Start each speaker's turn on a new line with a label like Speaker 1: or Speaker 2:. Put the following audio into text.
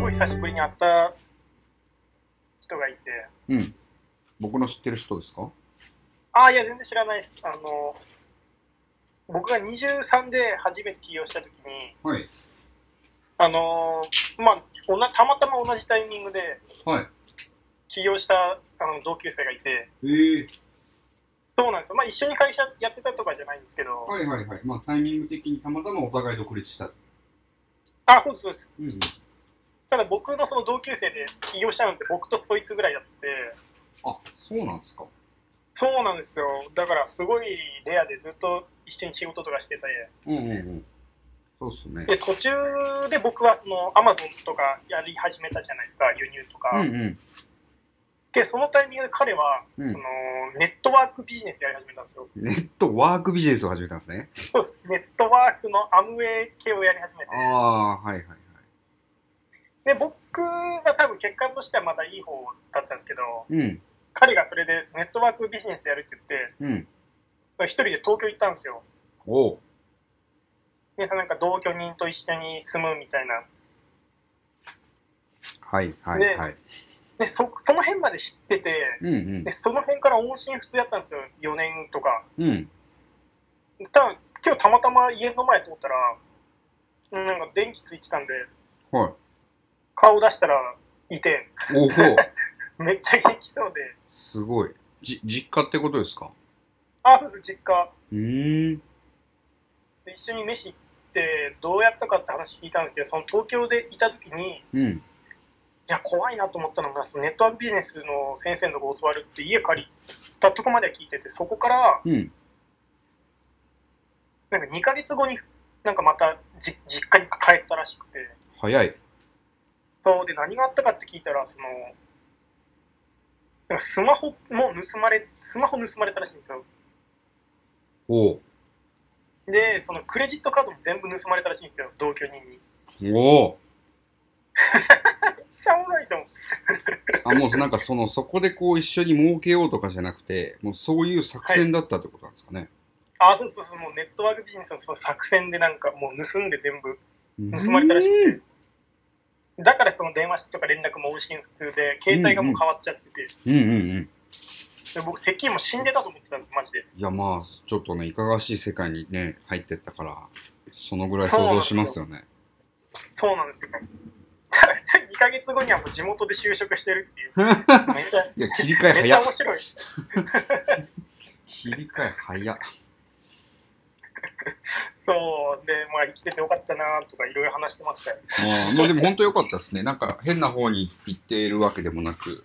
Speaker 1: ごい久しぶりに会った人がいて、
Speaker 2: うん。僕の知ってる人ですか
Speaker 1: ああ、いや、全然知らないです。あの、僕が23で初めて起業した時に、
Speaker 2: はい。
Speaker 1: あのーまあ、おなたまたま同じタイミングで
Speaker 2: はい。
Speaker 1: 起業したあの同級生がいて、
Speaker 2: ええ
Speaker 1: そうなんですよ。まあ、一緒に会社やってたとかじゃないんですけど、
Speaker 2: はいはいはい。まあタイミング的にたまたまお互い独立した。
Speaker 1: あ、そうです、そうです。
Speaker 2: うん、うん。
Speaker 1: ただ僕のその同級生で起業したのって僕とそいつぐらいだって、
Speaker 2: あ、そうなんですか。
Speaker 1: そうなんですよ。だからすごいレアでずっと一緒に仕事とかしてて、
Speaker 2: うんうんうん。そうっすね。
Speaker 1: で、途中で僕はその Amazon とかやり始めたじゃないですか、輸入とか。
Speaker 2: うんうん。
Speaker 1: で、そのタイミングで彼は、
Speaker 2: うん
Speaker 1: そのネットワークビジネスやり始めたんですよ。
Speaker 2: ネットワークビジネスを始めたんですね。
Speaker 1: そうです。ネットワークのアムウェイ系をやり始めて。
Speaker 2: ああー、はいはいはい。
Speaker 1: で、僕が多分結果としてはまたいい方だったんですけど、
Speaker 2: うん。
Speaker 1: 彼がそれでネットワークビジネスやるって言って、
Speaker 2: うん。
Speaker 1: 一人で東京行ったんですよ。
Speaker 2: おう。
Speaker 1: で、そのなんか同居人と一緒に住むみたいな。
Speaker 2: はいは
Speaker 1: ね
Speaker 2: いはい。
Speaker 1: で、そ、その辺まで知ってて、
Speaker 2: うんうん
Speaker 1: で、。その辺から音信不通やったんですよ。4年とか。
Speaker 2: うん。
Speaker 1: で多分今日たまたま家の前通ったら、うんなんか電気ついてたんで、
Speaker 2: はい。
Speaker 1: 顔出したらいて、
Speaker 2: おお。
Speaker 1: めっちゃ元気そうで、
Speaker 2: すごい。じ、実家ってことですか
Speaker 1: あ、そうです、実家。
Speaker 2: うーん。
Speaker 1: で一緒に飯行って、どうやったかって話聞いたんですけど、その東京でいた時に、
Speaker 2: うん。
Speaker 1: いや、怖いなと思ったのが、そのネットワークビジネスの先生のとこ教わるって家借りたとこまでは聞いてて、そこから、
Speaker 2: うん。
Speaker 1: なんか2ヶ月後に、なんかまたじ実家に帰ったらしくて、
Speaker 2: 早い。
Speaker 1: そうで何があったかって聞いたら、その、なんかスマホも盗まれ、スマホ盗まれたらしいんですよ。
Speaker 2: おう。
Speaker 1: で、そのクレジットカードも全部盗まれたらしいんですよ、同居人に。めっ
Speaker 2: おお。
Speaker 1: ちゃおもろいと思う。
Speaker 2: あ、もうなんかその、そこでこう一緒に儲けようとかじゃなくて、もうそういう作戦だったってことなんですかね。
Speaker 1: あ、そうそうそう、もうネットワークビジネスのその作戦でなんかもう盗んで全部
Speaker 2: うん
Speaker 1: 盗まれたらしくて。だからその電話とか連絡も音信不通で、携帯がもう変わっちゃってて、
Speaker 2: うんうんうん。
Speaker 1: で僕、てっきりもう死んでたと思ってたんです、マジで。
Speaker 2: いやまあ、ちょっとね、いかがわしい世界にね、入ってったから、そのぐらい想像しますよね。
Speaker 1: そうなんですよ。ただ、2ヶ月後にはもう地元で就職してるっていう。めっちゃ、
Speaker 2: いや、切り替え
Speaker 1: めっちゃ
Speaker 2: 早っ
Speaker 1: 面。白い。
Speaker 2: 切り替え早っ。
Speaker 1: そう、で、まあ、生きててよかったなとか、いろいろ話してましたよ。
Speaker 2: あーまあでも本当良かったですね。なんか変な方に行っているわけでもなく、